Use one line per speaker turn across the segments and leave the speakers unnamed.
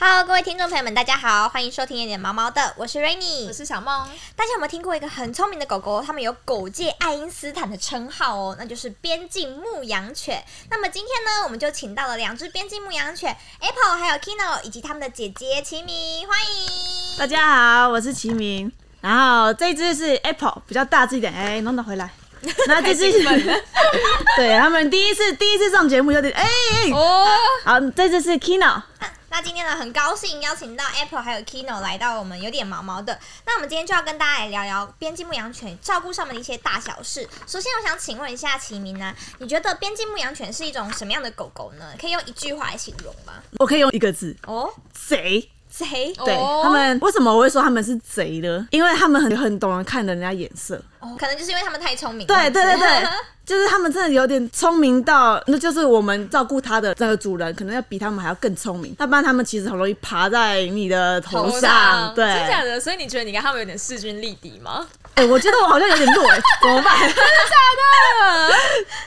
Hello，各位听众朋友们，大家好，欢迎收听《一点毛毛的》，我是 Rainy，
我是小梦。
大家有没有听过一个很聪明的狗狗？它们有狗界爱因斯坦的称号哦，那就是边境牧羊犬。那么今天呢，我们就请到了两只边境牧羊犬 Apple 还有 Kino 以及他们的姐姐奇米，欢迎。
大家好，我是齐明。然后这只是 Apple，比较大只一点，哎、弄到回来。那这只是， 对他们第一次第一次上节目有点哎、哎
哦，
好，这只是 Kino，
那今天呢，很高兴邀请到 Apple 还有 Kino 来到我们有点毛毛的。那我们今天就要跟大家来聊聊边境牧羊犬照顾上面的一些大小事。首先，我想请问一下齐明呢、你觉得边境牧羊犬是一种什么样的狗狗呢？可以用一句话来形容吗？
我可以用一个字，
哦，
贼。
贼
对、
哦
他们，为什么我会说他们是贼呢？因为他们很很懂得看人家眼色。
哦，可能就是因为他们太聪明。
对对对对，就是他们真的有点聪明到，那就是我们照顾它的那个主人，可能要比他们还要更聪明，要不然他们其实很容易爬在你的头上。对，
真假的？所以你觉得你跟他们有点势均力敌吗？
哎、我觉得我好像有点弱、哎，怎么办？真的假的？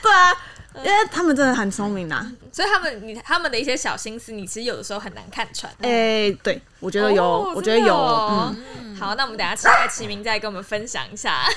对啊，因为他们真的很聪明啊呐、
所以他们你他们的一些小心思，你其实有的时候很难看穿。
哎、对，我觉得有，
哦
我觉得有，
真的哦
嗯，
好，那我们等一下期待齐明再跟我们分享一下。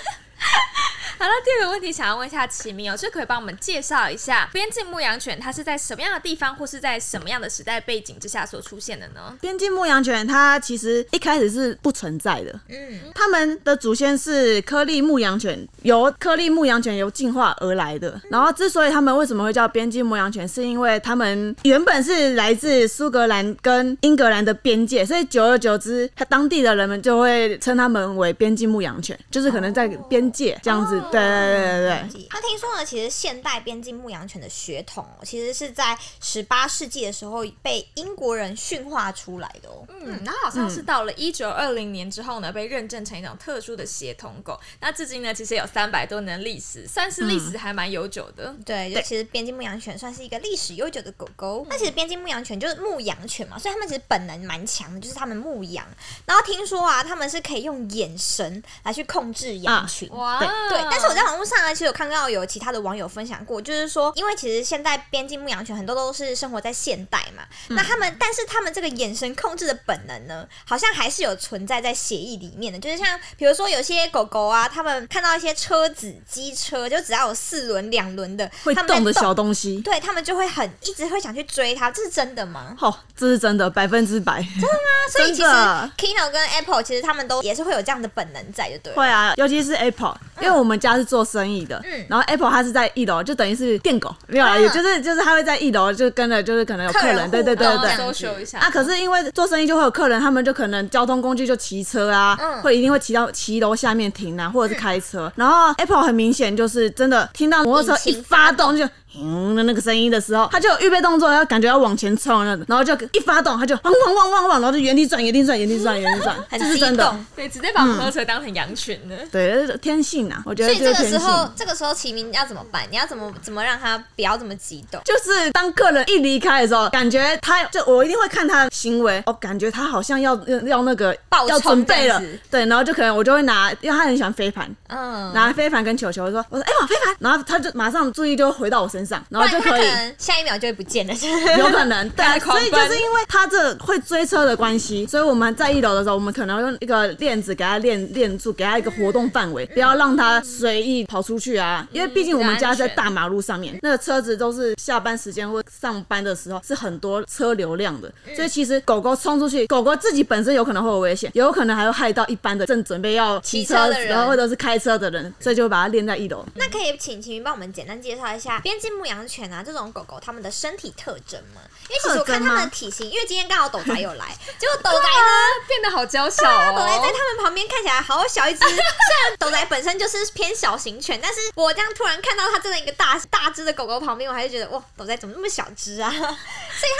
好了，第二个问题想要问一下齐明哦，就可以帮我们介绍一下边境牧羊犬它是在什么样的地方，或是在什么样的时代背景之下所出现的呢？
边境牧羊犬它其实一开始是不存在的，
嗯，
他们的祖先是颗粒牧羊犬，由颗粒牧羊犬由进化而来
嗯
的。然后之所以他们为什么会叫边境牧羊犬，是因为他们原本是来自苏格兰跟英格兰的边界，所以久而久之，当地的人们就会称他们为边境牧羊犬，就是可能在边界这样子。
哦
对对对对对。
那听说呢，其实现代边境牧羊犬的血统哦、其实是在十八世纪的时候被英国人驯化出来的哦。
嗯，然后好像是到了一九二零年之后呢，被认证成一种特殊的协同狗。那至今呢，其实有三百多年的历史，算是历史还蛮悠久的。
对，就其实边境牧羊犬算是一个历史悠久的狗狗。那其实边境牧羊犬就是牧羊犬嘛，所以它们其实本能蛮强的，就是它们牧羊。然后听说啊，它们是可以用眼神来去控制羊
啊
群。
哇，
对
对，但是我在网络上啊呢，其实有看到有其他的网友分享过，就是说，因为其实现在边境牧羊犬很多都是生活在现代嘛，
嗯
那他们，但是他们这个眼神控制的本能呢，好像还是有存在在协议里面的，就是像比如说有些狗狗啊，他们看到一些车子、机车，就只要有四轮、两轮的，
会
它们在
动的小东西，
对他们就会很一直会想去追它，这是真的吗？
哦，这是真的，百分之百。
那所以其实
啊真的
Kino 跟 Apple 其实他们都也是会有这样的本能在，就对了。
会啊，尤其是 Apple，因为我们家是做生意的，
嗯
然后 Apple 它是在一楼，就等于是店狗，没有啦，
嗯
也就是就是它会在一楼就跟着就是可能有客
客人哦
人，对对对
互动这
对
样。
搜寻一下
啊，可是因为做生意就会有客人，他们就可能交通工具就骑车啊，
嗯
会一定会骑到骑楼下面停啊，或者是开车。然后 Apple 很明显就是真的听到摩托车
引
一
擎发
发动就 嗯的那个声音的时候，他就有预备动作，要感觉要往前冲了，然后就一发动，他就汪汪汪汪汪，然后就原地转，原地转，原地转，原地转，
很
这是
激
真的。
动，
对，直接把摩托车当成羊群了。
对，就是天性啊，我觉
所
得
以
就
这
是
个
天
时
性。
候，这个时候齐明要怎么办？你要怎么怎么让他不要这么激动？
就是当客人一离开的时候，感觉他就我一定会看他的行为，哦，感觉他好像要要要那个
爆
要
冲
准备
这样
了
子，
对，然后就可能我就会拿，因为他很喜欢飞盘，
嗯，
拿飞盘跟球球说，我说哎、我飞盘，然后他就马上注意就回到我身上，然
不然
后就
他
可
可
以。
能下一秒就会不见了。
有可能，对啊
开，始狂
所以就
奔
是因为他这会追车的关系，所以我们在一楼的时候，我们可能用一个链子给他链链住，给他一个活动范围，不要让他随意跑出去啊。因为毕竟我们家在大马路上面，那个车子都是下班时间或上班的时候是很多车流量的，所以其实狗狗冲出去，狗狗自己本身有可能会有危险，也有可能还会害到一般的正准备要骑
骑车
车
的人
然后或者是开车的人，所以就会把它链在一楼。
那可以请秦云帮我们简单介绍一下边境牧羊犬啊这种狗狗它们的身体特征吗？因为其实我看它们的体型，因为今天刚好斗仔有来，结果斗仔
啊
呢，，
变得好娇小
斗仔在
哦。
它们旁边看起来好小一只。 虽然斗仔本身就是偏小型犬，但是我这样突然看到它真的一个大大只的狗狗旁边，我还是觉得哇，斗仔怎么那么小只啊？所 以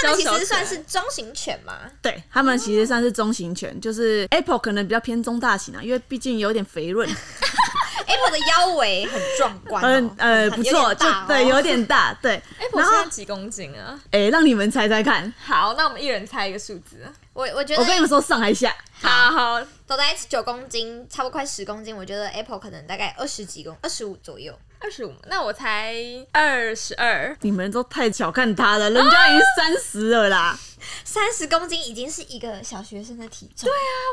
它们其
娇小
实
可
算
爱
是中型犬嘛。
对他们其实算是中型
哦
犬，就是 Apple 可能比较偏中大型啊，因为毕竟有点肥润，
Apple 的腰围很壮观、哦，
嗯呃
很
不
有点
错，就
大哦
对有点大，对。
哎，我
然
现
后
在几公斤啊？
哎，让你们猜猜看，
好，那我们一人猜一个数字。
我我觉得
我跟你们说，上海下
好好，
走在九公斤，差不多快十公斤，我觉得 Apple 可能大概二十几公，二十五左右。
二十五，那我才二十二，
你们都太小看他了，人家已经三十了啦。
三十公斤已经是一个小学生的体重，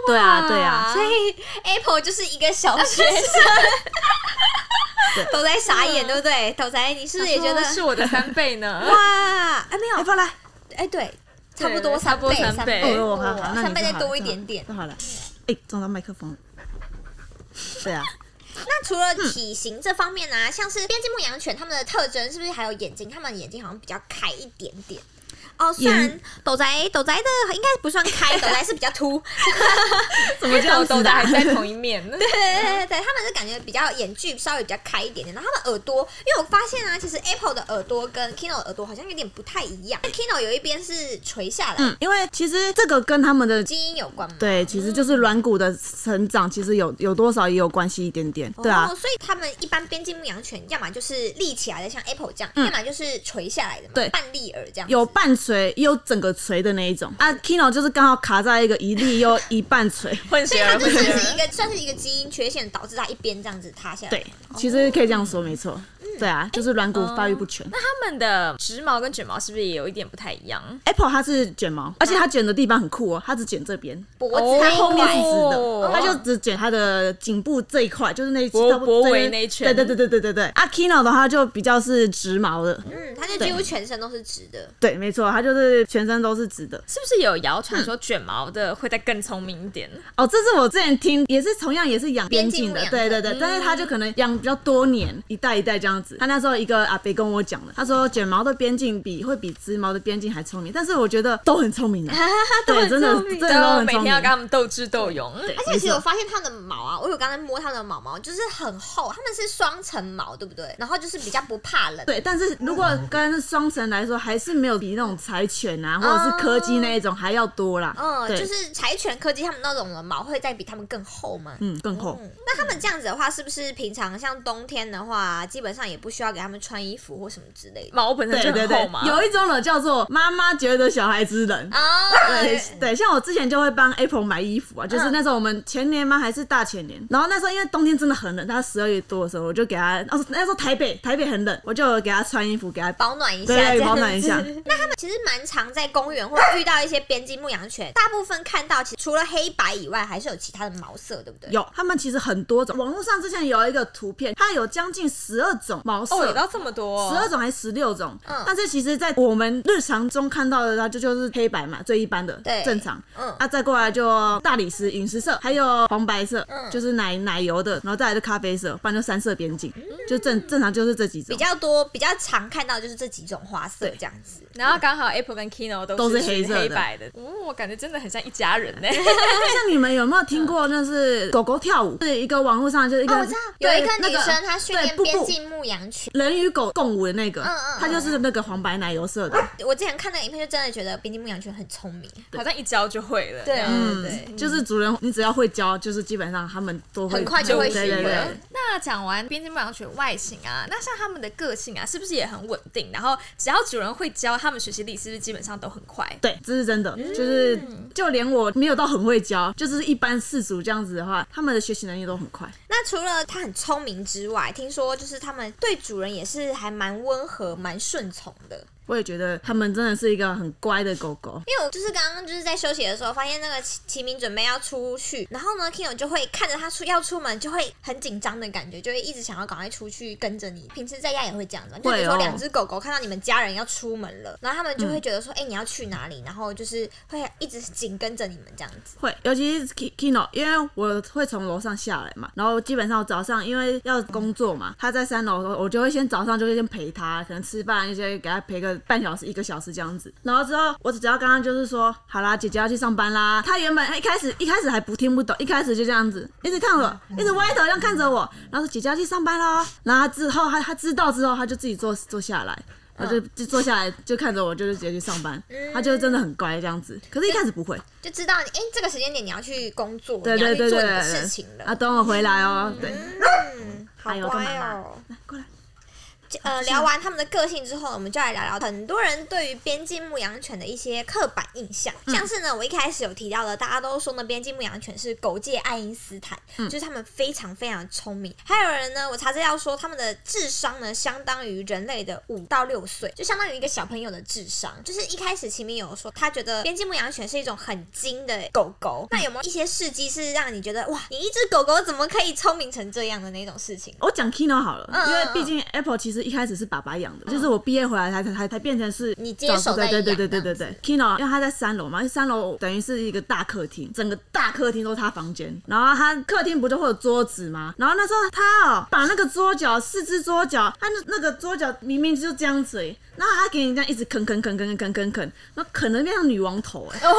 对啊，
对啊，对啊，
所以 Apple 就是一个小学
对
生，都在傻眼，对不对？斗仔，你是不是也觉得
想说是我的三倍呢？
哇？哎，没有，
哎，放来，
哎，对，差不多
差
三
不多
倍，
三倍
倍
哦
哦好好那你
三倍
就
再
好
多
了
一
就
点点
那。好了，哎，撞到麦克 风了。对啊，
那除了体型这方面呢、啊，像是边境牧羊犬，它们的特征是不是还有眼睛？它们的眼睛好像比较开一点点。哦，虽然
眼
斗宅斗宅的应该不算开，斗宅是比较凸，
怎么这样
豆
子的
的
啊
还？在同一面，
对对对对对，他们是感觉比较眼距稍微比较开一点点，然后他们耳朵，因为我发现啊，其实 Apple 的耳朵跟 Kino 的耳朵好像有点不太一样，Kino 有一边是垂下来，
嗯，因为其实这个跟他们的
基因有关嘛。
对，其实就是软骨的成长，其实有有多少也有关系一点点。对啊
哦，，所以他们一般边境牧羊犬，要么就是立起来的，像 Apple 这样，
嗯
要么就是垂下来的嘛，
对
半立耳这样子。
有半垂也有整个垂的那一种啊，Kino 就是刚好卡在一个一粒又一半 垂。
混
所以
血
它
儿，
就
混
算
血
是一
儿。
个算是一个基因缺陷，导致它一边这样子塌下来。
对，其实可以这样说，没错。对啊，就是软骨发育不全。
嗯哎那他们的直毛跟卷毛是不是也有一点不太一样？
Apple 它是卷
嗯
毛，而且它卷的地方很酷哦，它只卷这边，
脖子
它
它
后面是
嗯
直
哦
的，它就只卷它的颈部这一块，就是那一
脖
差不多
脖围
对
那一圈
对对对对对对。啊，Kino 的话就比较是直毛的，
嗯，它就几乎全身都是直的。
对，没错，它就是全身都是直的。
是不是有谣传
嗯
说卷毛的会再更聪明一点？
哦，这是我之前听，也是同样也是养边境的
边，境
对
牧羊
对对，但是他就可能养比较多年，一代一代这样子。他那时候一个阿伯跟我讲的，他说卷毛的边境比会比直毛的边境还聪明，但是我觉得都很聪明的，对，真的真的都
我
很
每
聪
天
明
要。跟他们斗智斗勇。
而且其实我发现它们的毛啊，我有刚才摸它们的毛毛，就是很厚，它们是双层毛，对不对？然后就是比较不怕冷。
对，但是如果跟双层来说，还是没有比那种柴犬啊，或者是柯基那一种还要多啦。
嗯，
对，
就是柴犬、柯基它们那种的毛会再比它们更厚吗？
嗯更厚。
嗯，那它们这样子的话，是不是平常像冬天的话，基本上也不需要给它们穿衣服或什么之类的？
毛本身
对
就
对
很
对
厚嘛，，
有一种呢叫做妈妈觉得小孩子冷，
啊，
对哎对，像我之前就会帮 Apple 买衣服啊，就是
嗯
那时候我们前年吗还是大前年，然后那时候因为冬天真的很冷，大概十二月多的时候，我就给他，哦那时候台北台北很冷，我就给他穿衣服给他。
保暖一下，这样
对对
子
保暖一下
那他们其实蛮常在公园或遇到一些边境牧羊犬，大部分看到其实除了黑白以外，还是有其他的毛色，对不对？
有，他们其实很多种。网络上之前有一个图片，它有将近十二种毛
哦，有
色，
到这么多，
十二、种还是十六种。
嗯
但是其实，在我们日常中看到的，它就就是黑白嘛，最一般的，
对
正常。
嗯
啊，再过来就大理石、陨石色，还有黄白色，
嗯
就是奶奶油的，然后再来就咖啡色，不然就三色边境，就正正常就是这几种
嗯比。较 多、比较常看到就是这几种花色这样子。
然后刚好 Apple 跟 Kino 都
都是
是
黑色的
黑白的，哦，我感觉真的很像一家人 呢。
像你们有没有听过，就是狗狗跳舞，是一个网络上就是一个
哦，我知道有
对
一个女
那
生
个
她训
对
练
瀑布
边境牧羊犬，
人与狗共舞的那个
嗯嗯，
它就是那个黄白奶油色的。
我之前看那个影片就真的觉得边境牧羊犬很聪明。
好像一教就会了。
对
嗯，就是主人，你只要会教，就是基本上他们都会
很快就会
对
习
对
惯
对。
那讲完边境牧羊犬外形啊，那像他们的个性啊，是不是也很稳定？然后只要主人会教，他们学习力是不是基本上都很快？
对，这是真的，就是就连我没有到很会教，就是一般饲主这样子的话，他们的学习能力都很快。
那除了它很聪明之外，听说就是它们对主人也是还蛮温和、蛮顺从的。
我也觉得他们真的是一个很乖的狗狗。
因为我就是刚刚就是在休息的时候，发现那个齐齐明准备要出去，然后呢，Kino 就会看着他出要出门，就会很紧张的感觉，就会一直想要赶快出去跟着你。平时在家也会这样子嘛，就比如
会
说
哦
两只狗狗看到哎你们家人要出门了，然后他们就会觉得说，哎、你要去哪里？然后就是会一直紧跟着你们这样子。
会，尤其是 Ki- Kino，因为我会从楼上下来嘛，然后基本上早上因为要工作嘛，他在三楼，我就会先早上就会先陪他，可能吃饭一些给他陪个半小时、一个小时这样子。然后之后我只要刚刚就是说，好啦，姐姐要去上班啦。他原本一开始一开始还不听不懂，一开始就这样子一直看我，一直歪头这样看着我，然后说姐姐要去上班啦。然后他之后他他知道之后，他就自己坐坐下来。然后就就坐下来，就看着我，就是直接去上班。他就真的很乖这样子，可是一开始不会。
就知道你哎、这个时间点你要去工作，
对对对
你要去
对
做你的
对啊
事情了。
啊，等我回来哦。对，
嗯，好
哎呦
乖
干嘛
哦。
来过来。
呃聊完他们的个性之后，我们就来聊聊很多人对于边境牧羊犬的一些刻板印象，像是呢，我一开始有提到的，大家都说呢，边境牧羊犬是狗界爱因斯坦，就是他们非常非常聪明。还有人呢，我查资料说他们的智商呢，相当于人类的五到六岁，就相当于一个小朋友的智商。就是一开始秦明有说，他觉得边境牧羊犬是一种很精的狗狗，那有没有一些事迹是让你觉得哇，你一只狗狗怎么可以聪明成这样的那种事情？
我讲 Kino 好了，
嗯
因为毕竟 Apple 其实一开始是爸爸养的，就是我毕业回来才才才才变成是
你接手在
对对对对
养
对
这
对
样子
对。Kino 因为他在三楼嘛，三楼等于是一个大客厅，整个大客厅都是他房间，然后他客厅不就会有桌子吗？然后那时候他哦、把那个桌角四只桌角，他那那个桌角明明就这样子、欸，然后他给你这样一直啃啃啃啃啃啃啃，那啃的变成女王头哎、欸
哦，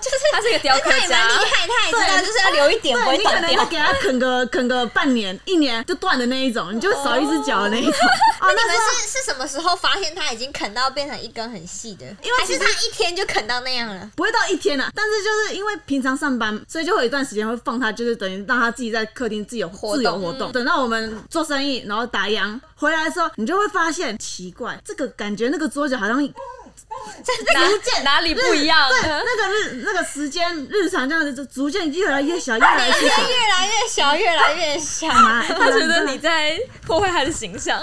就是他是一个雕刻
他也蛮
家
厉，害，他也知道就是要留一点不
对
会
你可
断
能
掉
要。给他啃个啃个半年一年就断的那一种，你就会少一只脚的那一 种。哦，
那你
时候
们是是什么时候发现它已经啃到变成一根很细的？
为
还是
其实
它一天就啃到那样 了？
不会到一天啊，但是就是因为平常上班，所以就会有一段时间会放他，就是等于让他自己在客厅自由
活动嗯
自由活动。等到我们做生意，然后打烊回来的时候，你就会发现奇怪，这个感觉那个桌角好
嗯
哪
像
哪里不一样？
对那个日那个时间日常这样子，就逐渐越来越小，越来越 小。
越来越小，越来越 小。
妈
他觉得你在破坏他的形 象。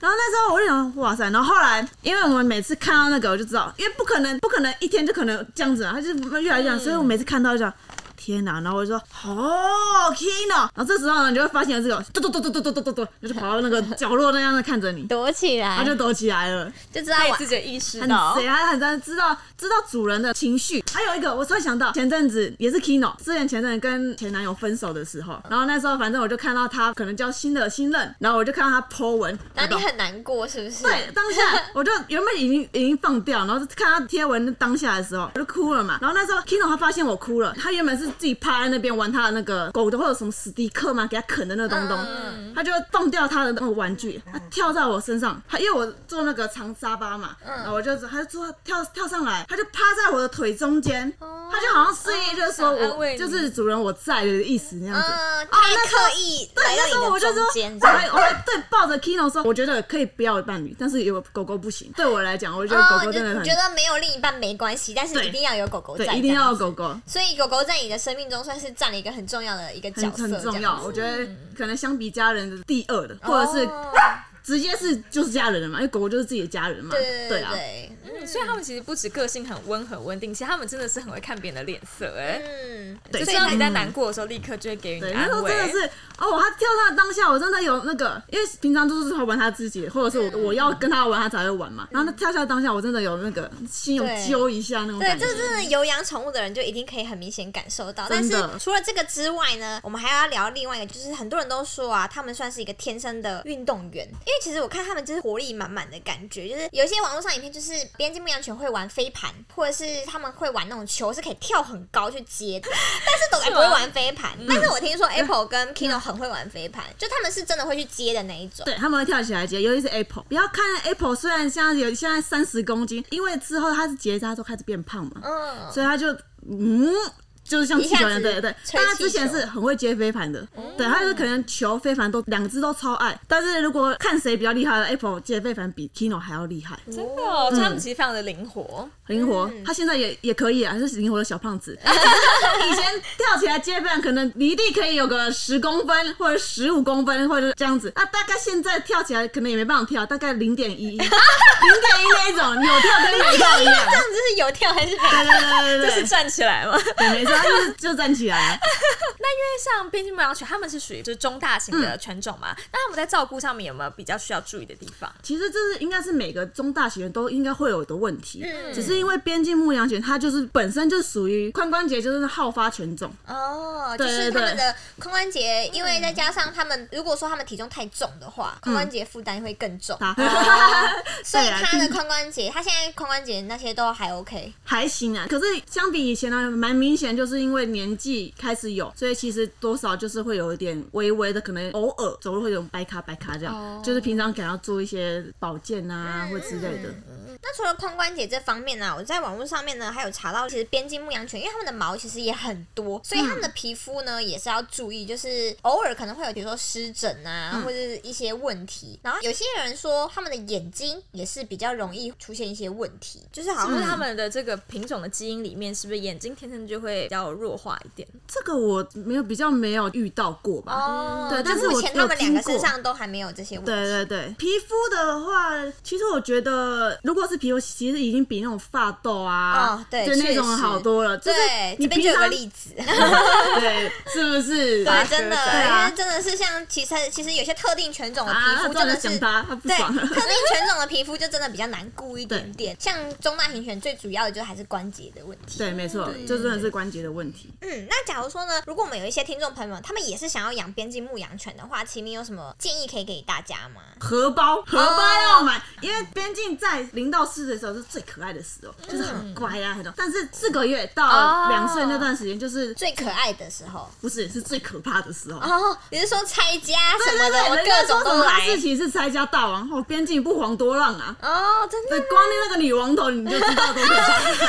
然后那时候我就想，哇塞！然后后来，因为我们每次看到那个，我就知道，因为不可能，不可能一天就可能这样子啊，它就是越来越、样，所以我每次看到就想，天哪！然后我就说，哦，Kino。然后这时候呢，你就会发现这个嘟嘟嘟嘟嘟嘟嘟嘟嘟，就是跑到那个角落那样的看着你，
躲起来
然啊后就躲起来了。
就知道
他也
我
自己有意识
很
到，
谁还很真知道知道主人的情绪。还有一个，我突然想到，前阵子也是 Kino，之前前阵子跟前男友分手的时候，然后那时候反正我就看到他可能交新的新任，然后我就看到他 po 文，
然后
我
你
就
很难过，是不是？
对，当下 我就原本已经已经放掉，然后看他贴文当下的时候，我就哭了嘛。然后那时候 Kino 他发现我哭了，他原本是自己趴在那边玩他的那个狗的或者什么史迪克嘛，给他啃的那个东
嗯
东，他就放掉他的那个玩具，他跳在我身上，他因为我坐那个长沙发嘛，
嗯
然后我就他就坐跳跳上来，他就趴在我的腿中间，他就好像示意就是说
哦想安慰
我
你
就是主人我在的意思那样子。
嗯，
啊
他
那时候
刻意
对，
来到
那时候我
你
就
的
说
中间，，
我还我还对抱着 Kino 说，我觉得可以不要伴侣，但是有狗狗不行。对我来讲，我觉得狗狗真的
哦啊你
很
觉得没有另一半没关系，但是
对
一定要有狗狗在，
对，一定要有。狗狗，
所以狗狗在你的生命中算是占了一个很重要的一个角
很
色，
很重要。我觉得可能相比家人的第二
这
的，
样子
或者是
嗯哦
直接是就是家人了嘛，因为狗狗就是自己的家人嘛。
对对
对
对
啊，
对，
嗯所以他们其实不止个性很温和稳定，其实他们真的是很会看别人的脸色，哎，
嗯，
对
所
就知
以
道
他
你在难过的时候，立刻就会给予
对，
你
那时
安
候
慰
真。的是哦，他跳上来当下，我真的有那个，因为平常都是他玩他自己，或者
嗯
是我我要跟他玩，他才会玩嘛。然后他跳下来当下，我真的有那个心有
对
揪一下那种
对，
感觉
这。真的有养宠物的人就一定可以很明显感受到。但是
真的
除了这个之外呢，我们还要聊另外一个，就是很多人都说啊，他们算是一个天生的运动员，因为其实我看他们就是活力满满的感觉，就是有一些网络上影片，就是边境牧羊犬会玩飞盘，或者是他们会玩那种球是可以跳很高去接 的，但是狗狗不会玩飞盘。
嗯
但是我听说 Apple 跟 Kino 很会玩飞盘，就他们是真的会去接的那一种。
对，他们会跳起来接，尤其是 Apple。不要看 Apple，虽然现在有现在三十公斤，因为之后他是结扎之后开始变胖嘛，
嗯，
所以他就嗯。就是像
一
气
下
球一样，
子
对对对。
吹
但他
气
之前
球
是很会接飞盘的，对，他就可能球、飞盘都两只都超爱。但是如果看谁比较厉害的，Apple 接飞盘比 Kino 还要厉害，
真的哦，
嗯
所以他们其实非常的灵活，
灵活。
嗯
他现在也也可以啊，是灵活的小胖子。 以前跳起来接飞盘，可能离地可以有个十公分或者十五公分，或者这样子。啊，大概现在跳起来可能也没办法跳，大概零点一， 零点一那一种，有跳跟没跳一样。
这样子是有跳还是没跳？
对对对
就
对
是
对，
站起来嘛。
对，没错，他就是就站起来啊了。
像边境牧羊犬，他们是属于就是中大型
嗯
的犬种嘛，那他们在照顾上面有没有比较需要注意的地方？
其实这是应该是每个中大型犬都应该会有的问题，
嗯
只是因为边境牧羊犬它就是本身就属于髋关节就是好发犬种，
哦，就
对
是
对
他
对
们的髋关节，因为再加上他们，如果说他们体重太重的话，髋关节负担会更重，
它、
所以
嗯对啊
他的
就是
髋关节，他现在髋关节那些都还 OK。
还行啊。可是相比以前呢，蛮明显就就是因为年纪开始有，所以其实多少就是会有一点微微的，可能偶尔走路会有白卡白卡这样，
哦
就是平常给他做一些保健
嗯
啊或之类的。
那除了髋关节这方面呢、我在网络上面呢还有查到，其实边境牧羊犬，因为它们的毛其实也很多，所以它们
嗯
的皮肤呢也是要注意，就是偶尔可能会有比如说湿疹啊，
嗯
或者是一些问题。然后有些人说他们的眼睛也是比较容易出现一些问题，就是好
就是
像
他们的这个品种的基因里面，是不是眼睛天生就会比较弱化一点？
这个我没有比较没有遇到过吧。
哦，
对
就
嗯但是
目
我
前
我
他们两个
听过
身上都还没有这些问题。
对对对，皮肤的话，其实我觉得，如果是皮肤，其实已经比那种发痘啊，
哦对
就那种
确实
好多了。就是
对，
你
这边就
平
有个
常
例子，
对，是不是？
对，真的，
对啊
因为真的是像其实其实有些特定犬种的
啊，
皮
他
肤
专
真
门
的是
讲他，他不
对，
爽。
特 定犬种的皮肤就真的比较难顾一点点。像中大型犬最主要的就还是关节的问题。
对，没错，就真的是关节的问题。
嗯，那假如说呢，如果我们有一些听众朋友们，他们也是想要养边境牧羊犬的话，奇明有什么建议可以给大家吗？
荷
哦
包，荷包要买，因为边境在零到四岁的时候是最可爱的时候，
嗯
就是很乖啊，很懂。但是四个月
哦
到两岁那段时间，就是
最可爱的时候
不是是最可怕的时候。
哦，你是说拆家什
对
么的，
对对，人家
各
说
种
什
都
么
来
哈士奇是拆家大王后，边境不遑多让啊。
哦，真的
对，，光那个女王头你就知道多 可怕。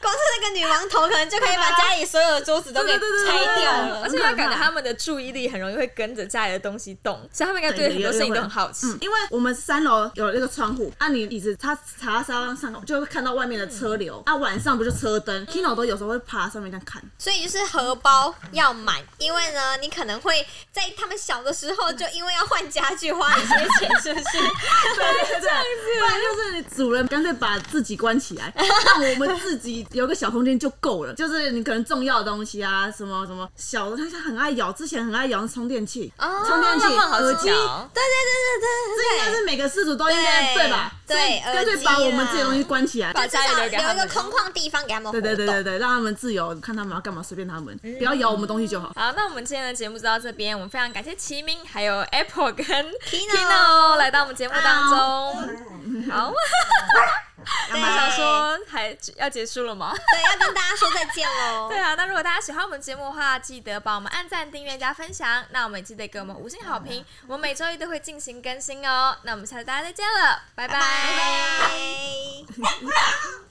光是那个女王头，可能就可以把
啊
家里所有的桌子都给
对对对对对
拆掉
对
了
而。且他感觉他们的注意力很容易会跟着家里的东西动，所以他们应该对很多事情都很好奇。
嗯因为我们三楼有那个窗户，啊，你椅子它爬到沙发上就会看到外面的车流，啊，晚上不就车灯，Kino 都有时候会爬上面这样看。
所以就是荷包要满，因为呢，你可能会在他们小的时候就因为要换家具花一些钱，是不是？
对对对，不然就是你主人干脆把自己关 起来，让我们自己有个小空间就够了。就是你可能重要的东西啊，什么什么小的，它像很爱咬，之前很爱咬充电器，
哦
充电器、
那嗯么好
耳
去
机。
讲，
对
这应
对对对
该
对对。
是每个事主都应该
对
对吧？
对
所以干
耳
脆
机啊
把我们
啦
自己的东西关起来，
把家里留给
留
他
一
们
个空旷地方给他们活
对
动。
对对对对，让他们自由，看他们要干嘛，随便他
嗯
们，不要咬我们东西就好。
好，那我们今天的节目就到这边，我们非常感谢齐明、还有 Apple 跟
Kino
Kino 来到我们节目当中。好，
对，
我想说还要结束了吗？
对，要跟大家说再见喽。
对啊，那如果大家喜欢我们节目的话，记得帮我们按赞、订阅、加分享。那我们也记得给我们五星好评，我们每周一都会进行更新哦。那我们下次大家再见了，拜拜
拜拜。